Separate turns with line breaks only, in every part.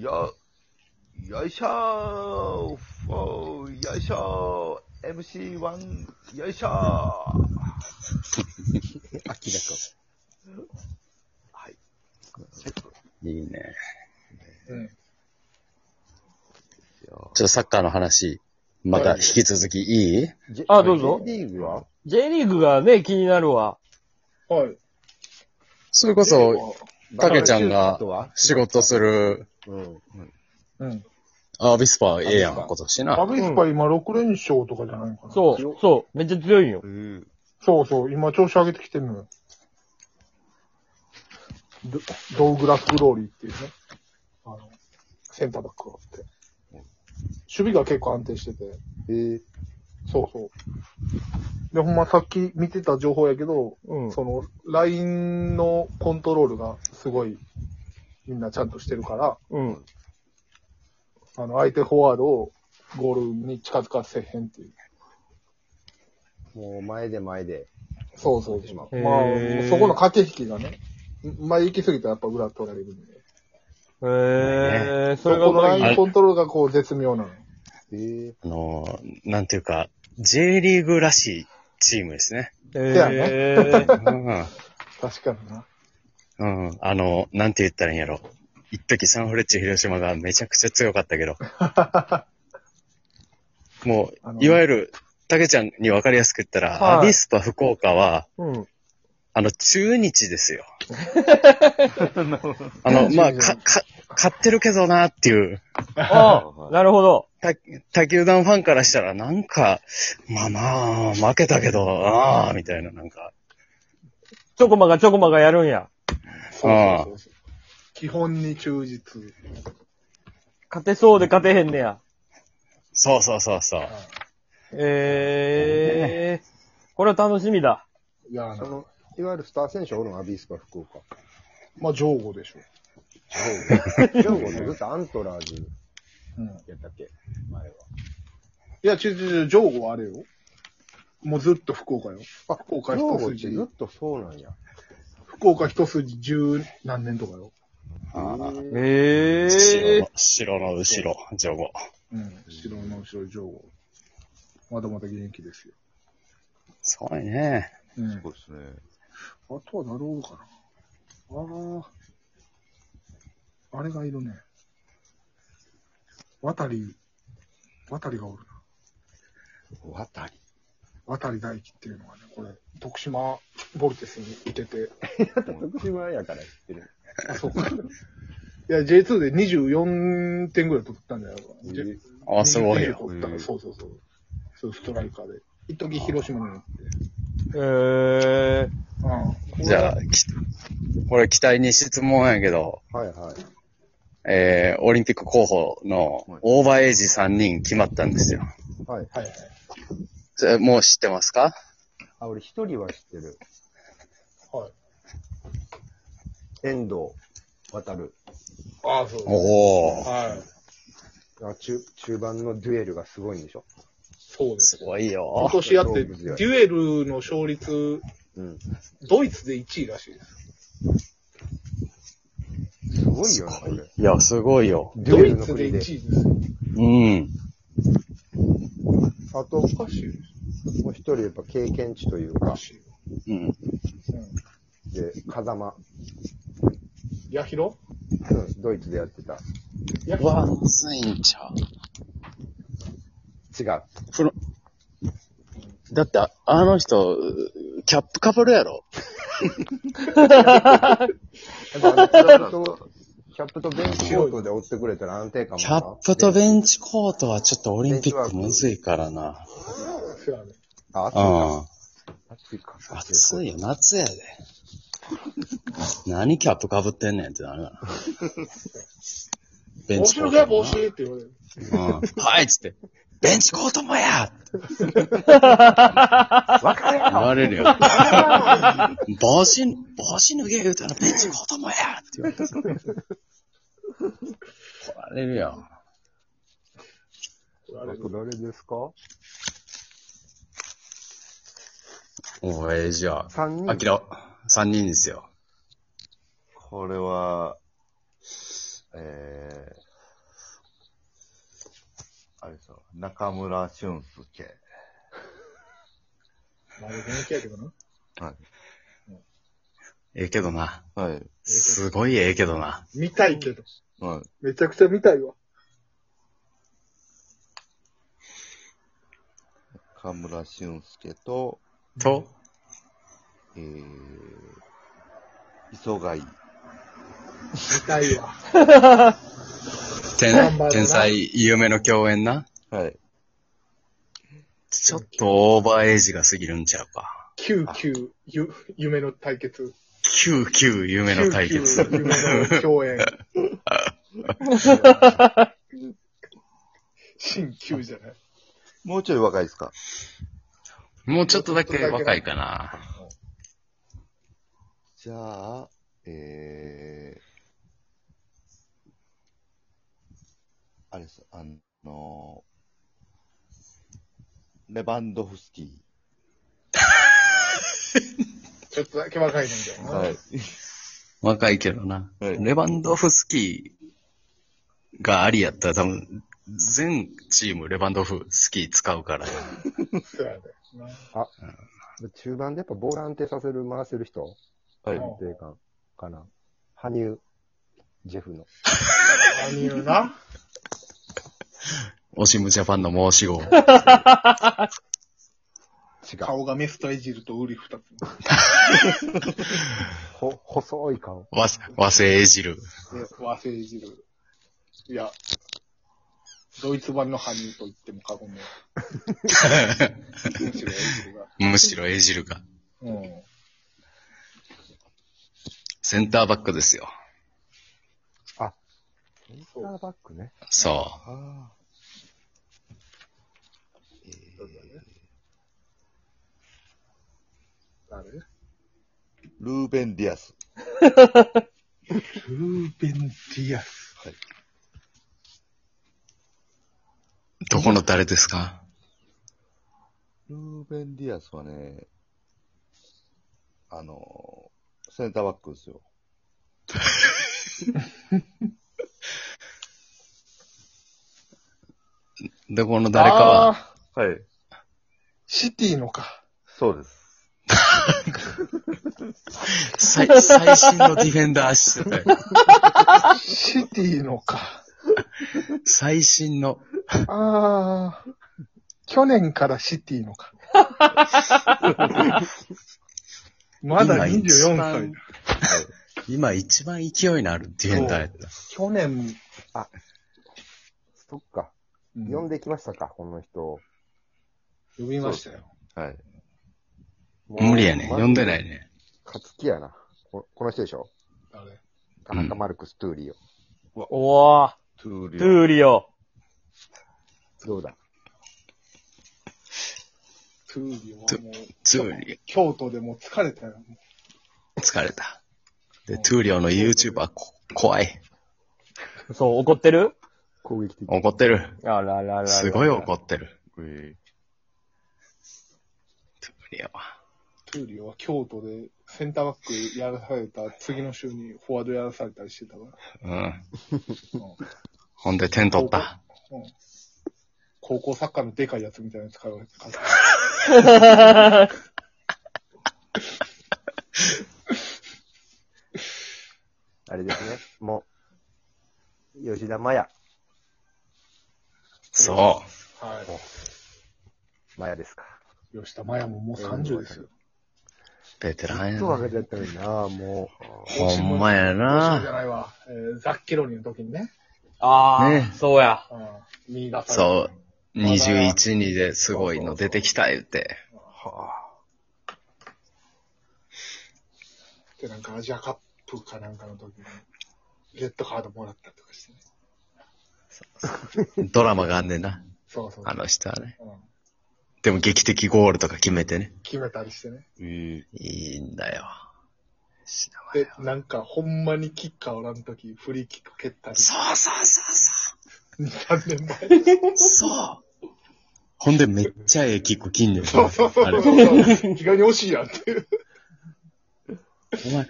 よ、よいしょフォー、よいしょ !MC1、よいしょ
明らか。
はい。
いいね。
うん。
ちょっとサッカーの話、また引き続きいい
あどうぞ
J リーグは
J リーグがね、気になるわ。
はい。
それこそ、たけちゃんが
は
仕事する
うん。
うん。
アービスパーええやん、
アービスパー
今年
ア
な。
ビスパ今6連勝とかじゃないのかな。
そう、そう、めっちゃ強いんよ
う。ん。
そうそう、今調子上げてきてるのよ。ドドーグラス・グローリーっていうね、あの、センターバックがあって。守備が結構安定してて。
えー、
そうそう。で、ほんまさっき見てた情報やけど、
うん。
その、ラインのコントロールがすごい、みんなちゃんとしてるから、
うん。
あの、相手フォワードをゴールに近づかせへんっていう。
もう前で前で。
そうそう。
しまう
まあ
へー、
そこの駆け引きがね、前行き過ぎたらやっぱ裏取られるんで。
へえー、
そ
それが
この
ま
ラ
あいい
インコントロールがこう絶妙なの。
えー、
あのー、なんていうか、J リーグらしいチームですね。
え
う
ー、
ん。
確かにな。
うん。あの、なんて言ったらいいんやろ。一時サンフレッチェ広島がめちゃくちゃ強かったけ ど。も
あ
う、
の
いわゆる、たけちゃんにわかりやすく言ったら、
はい
アビスパ福岡は、
うん。
あの、中日です よ。あの、まあ、か、か、勝ってるけどなっていう、
ああ、なるほど。
他、他球団ファンからしたら、なんか、まあまあ、負けたけど、ああ、みたいな、なんか、
チョコマがチョコマがやるんや。
そうそうそうそう。基本に忠実。
勝てそうで勝てへんねや。
そうそうそうそう。
ええー、これは楽しみだ。
いや
そ
ーな、
の、いわゆるスター選手おるのアビスパ福 岡。
まあ、上後でしょ。
ジョーゴってずっとアントラーズ
うん。
やったっけ前は。
いや、ちょちょちょ、ジョーゴはあれよ。もうずっと福岡よ。
あ、
福岡
ジョ
一
ーゴって
筋
ずっ。とそうなんや。
福岡一筋十何年とかよ。
ああ
えー
ええ
白
ー
の、、白の後ろ、ジョゴ。
うん。後ろの後ろジョーゴ。まだまだ現役ですよ。
すごいね。
うん。
そうですね。
あとはなるほどかな。ああ。あれがいるね。渡り、渡りがおるな。
渡 り。
渡り大輝っていうのがね、これ、徳島ボルテスにいて て。
徳島やから知ってる。
あ、そうか。いや、J2 で24点ぐらい取ったんだよ。J-
あ、すごい
20
よ。
取った
うん
そうそうそう。そう、ストライカーで。一時広島に行って。
えー、
うん。
じゃあ、きこれ期待に質問やけど、
はいはい。
えー、オリンピック候補のオーバーエイジ3人決まったんですよ。
はい。
はいはい。
それもう知ってますか
あ、俺一人は知ってる。
はい。
遠藤渡る。
ああ、そう。
おー。
はい。
あ中、中盤のデュエルがすごいんでしょ
そうです
す。ごい
今
よ。
年やって、デュエルの勝率、
うん。
ドイツで1位らしいです。
すごいよな、これ。
いや、すごいよ。
デュ
ド
エル
イ
の
ツ
国
で
で
1位で。すよ。
うん。
あと、
おかしい。
もう一人やっぱ経験値という
お
か
か、しい。
うん。
うん。
で、風間。
ヤヒロ
うん、ドイツでやってた。
ヤヒ
ワ
ロ
ンスインちゃう。
違う。
プロ、だって、ああの人、うキャップかぶるやろ。
やっぱあのキャップと、キャップとベンチコートで追ってくれたら安定感もな。
キャップとベ
チ。
ンチコートはちょっとオリンピックむずいからな。
そうやね。
あ、暑い
うん
か。。暑いか。
暑いよ、夏やで。何キャップかぶってんねんってなるから。ベ
帽子のキャップ
も
教
な
えって言われる。
うんはいっつって、ベンチコートもや
わかるや
言
ろ
われ るよ。帽子、帽子脱げ言うたらベンチコートもやって言われた。怒られるよ。
言われ
あ
る
と誰ですか
おい、じゃあ、
三人
あきら、三人ですよ。
これは、えー、
中村俊介。
まあ、現役やけどな。
はい。
ええけどな。
はい。
すごいええけどな。
見たいけど。
はい。
めちゃくちゃ見たいわ。
中村俊介と、
と、
えー、磯貝。
見たいわ。頑張る
天
な
天才、夢の共演な。
はい。
ちょっとオーバーエイジが過ぎるんちゃうか。
99、ゆ、夢の対決。
99夢の対決。
99夢の共 演。新旧じゃない。
もうちょい若いですか
もうちょっとだけ若いかな。
じゃあ、えー、あれです、あのレバンドフスキ
ちょっとだけ若いねんだよ
ー。
な。
はい。
若いけどな。
はい
レバンドフスキーがありやったら多分、全チームレバンドフスキー使うから。
そうやで。な
中盤でやっぱボランテさせる、回せる人
はい。
安定感かな。羽生、ジェフ
羽
の。
生な。
オシムジャパンの申し子。
違う。
顔がメスとエジルとウリ二つ。
ほ、細い 顔。
わ、和製エジル。
和製エジル。いや、ドイツ版の羽生と言っても過言ではない。むしろエジ
むしろエジル
ルが。
が。
うん。
センターバックですよ。
センターバックね。
そ
あーえー
誰ル
ルーベン・ディアス。
ーベン・ディアス。
う。どこの誰ですか
ルーベン・ディアスはね、あのセンターバックですよ。
どこの誰かは、
あー
はい。
シティのか。
そうです。
さい最新のディフェンダーしてたよ。
シティのか。
最新の。
ああ。去年からシティのか。ま
今
だ
一
24
番
歳だ。
今一番勢いのあるディフェンダーやった。
去年、
そっか。
うん
呼んできましたか、この人。
呼びましたよ。
はい。
もう
無理やね。
まず
呼んでないね。
勝木やな。ここの人でしょ
あれ。
田中マルクス・トゥーリオ。
おー、
トゥーリ
トゥーリオ。
どうだ
トゥーリオはもう、
トゥーリ
京都でもう疲れたよ。
オ、疲れた。で、トゥーリオの YouTuber、こ怖い。
そう、怒ってる
攻撃的。
怒ってる。
あらららら。
すごい怒ってる。
え
トゥーリオは。
トゥーリオは京都でセンターバックやらされた次の週にフォワードやらされたりしてたから。
う ん。
うん
ほんで点取った。
高校サッカーのでかいやつみたいなやつ買う買って
あれですね。もう、吉田麻也。
そ
は
麻也ですか。
い。吉田麻也ももう30ですよ。
う。ベテランや
ちょっと
な。
分かっちゃったのにな、も
ほんまや
そうじゃ
な。
ないわ。えーザッケロニの時にね。
ああ、
ね
そうや。
うん。見出された
そう。21、2ですごいの出てきた言って。
で、なんかアジアカップかなんかの時に、レッドカードもらったりとかしてね。
ドラマがあんねんな。
そうそう。
あの人はね。
うん、
でも劇的ゴールとか決めてね。
決めたりしてね。
ー、え
いいんだよ。吉田麻
で
也、
なんか、ほんまにキッカーおらんとき、フリーキック蹴ったり、
そうそうそうそう。
2、3年前。
そう。ほんでめっちゃええキック切んねん。
そうそうそう
あれ
そう。意外に惜しいやんっていう。
お前、ほ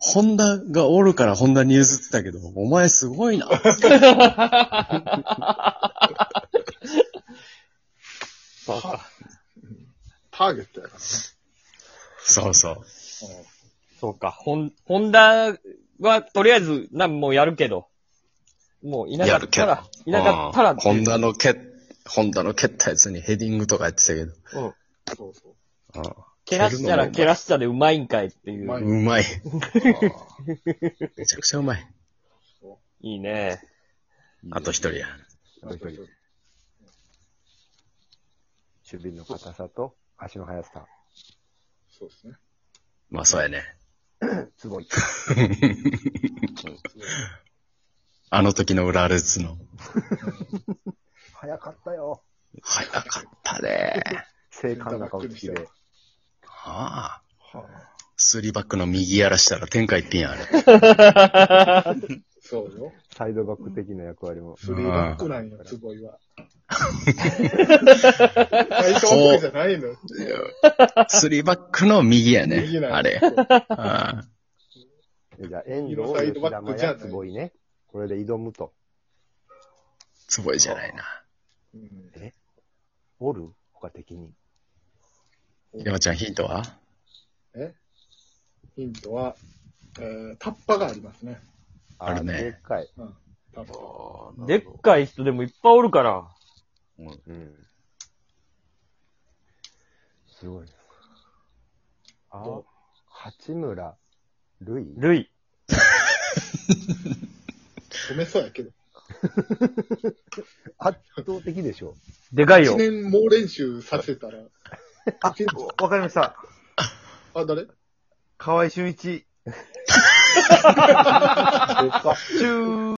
ホンダがおるからホンダに譲ってたけど、お前すごいな。そうか。
ターゲットやから
そうそう。
ね。
そうか。ホン、ホンダは、とりあえず、なん、もうやるけど。もう、いなかった
やる
ら、いなかったら
う
っ
ん
て
ホ
いう
ンダの蹴っ、ホンダの蹴ったやつにヘディングとかやってたけど。
うん。
うん。そうそう。
うん
蹴らしたら蹴らしたでうまいんかいっていう
ま
う。
い
うんうまい。
あ
めちゃくちゃうまい。
いいね。
あと一人や。
あと一人守備の硬さと足の速さ。
そうですね。
まあ、そうやね。
すごい。
あの時の浦和レッズの。
早かったよ。
早かったね。
正感な顔つきで。
ああ。スリーバックの右やらしたら天下一品や、あれ。
そうよ。
サイドバック的な役割も。
スリーバックなんよ、坪井 は。最初バックじゃないの。
スリーバックの右やね
右な。んよ
あれ。あ
じゃあ、遠藤、吉田麻也、坪井ね。これで挑むと。
すごいじゃないな。
うん
おる他的に。
山ちゃんヒントは
えヒントは、えー、タッパがありますね。
あるね
でっかい。
タッパ。
でっかい人でもいっぱいおるから。
うん
うん。すごいな。あ、八村、塁
ルイ。
止めそうやけど。
圧倒的でしょ。
でかい
一
よ。
年猛練習させたら、
あ、わかりました。
あ、誰
河合俊一。
でかっ
チュー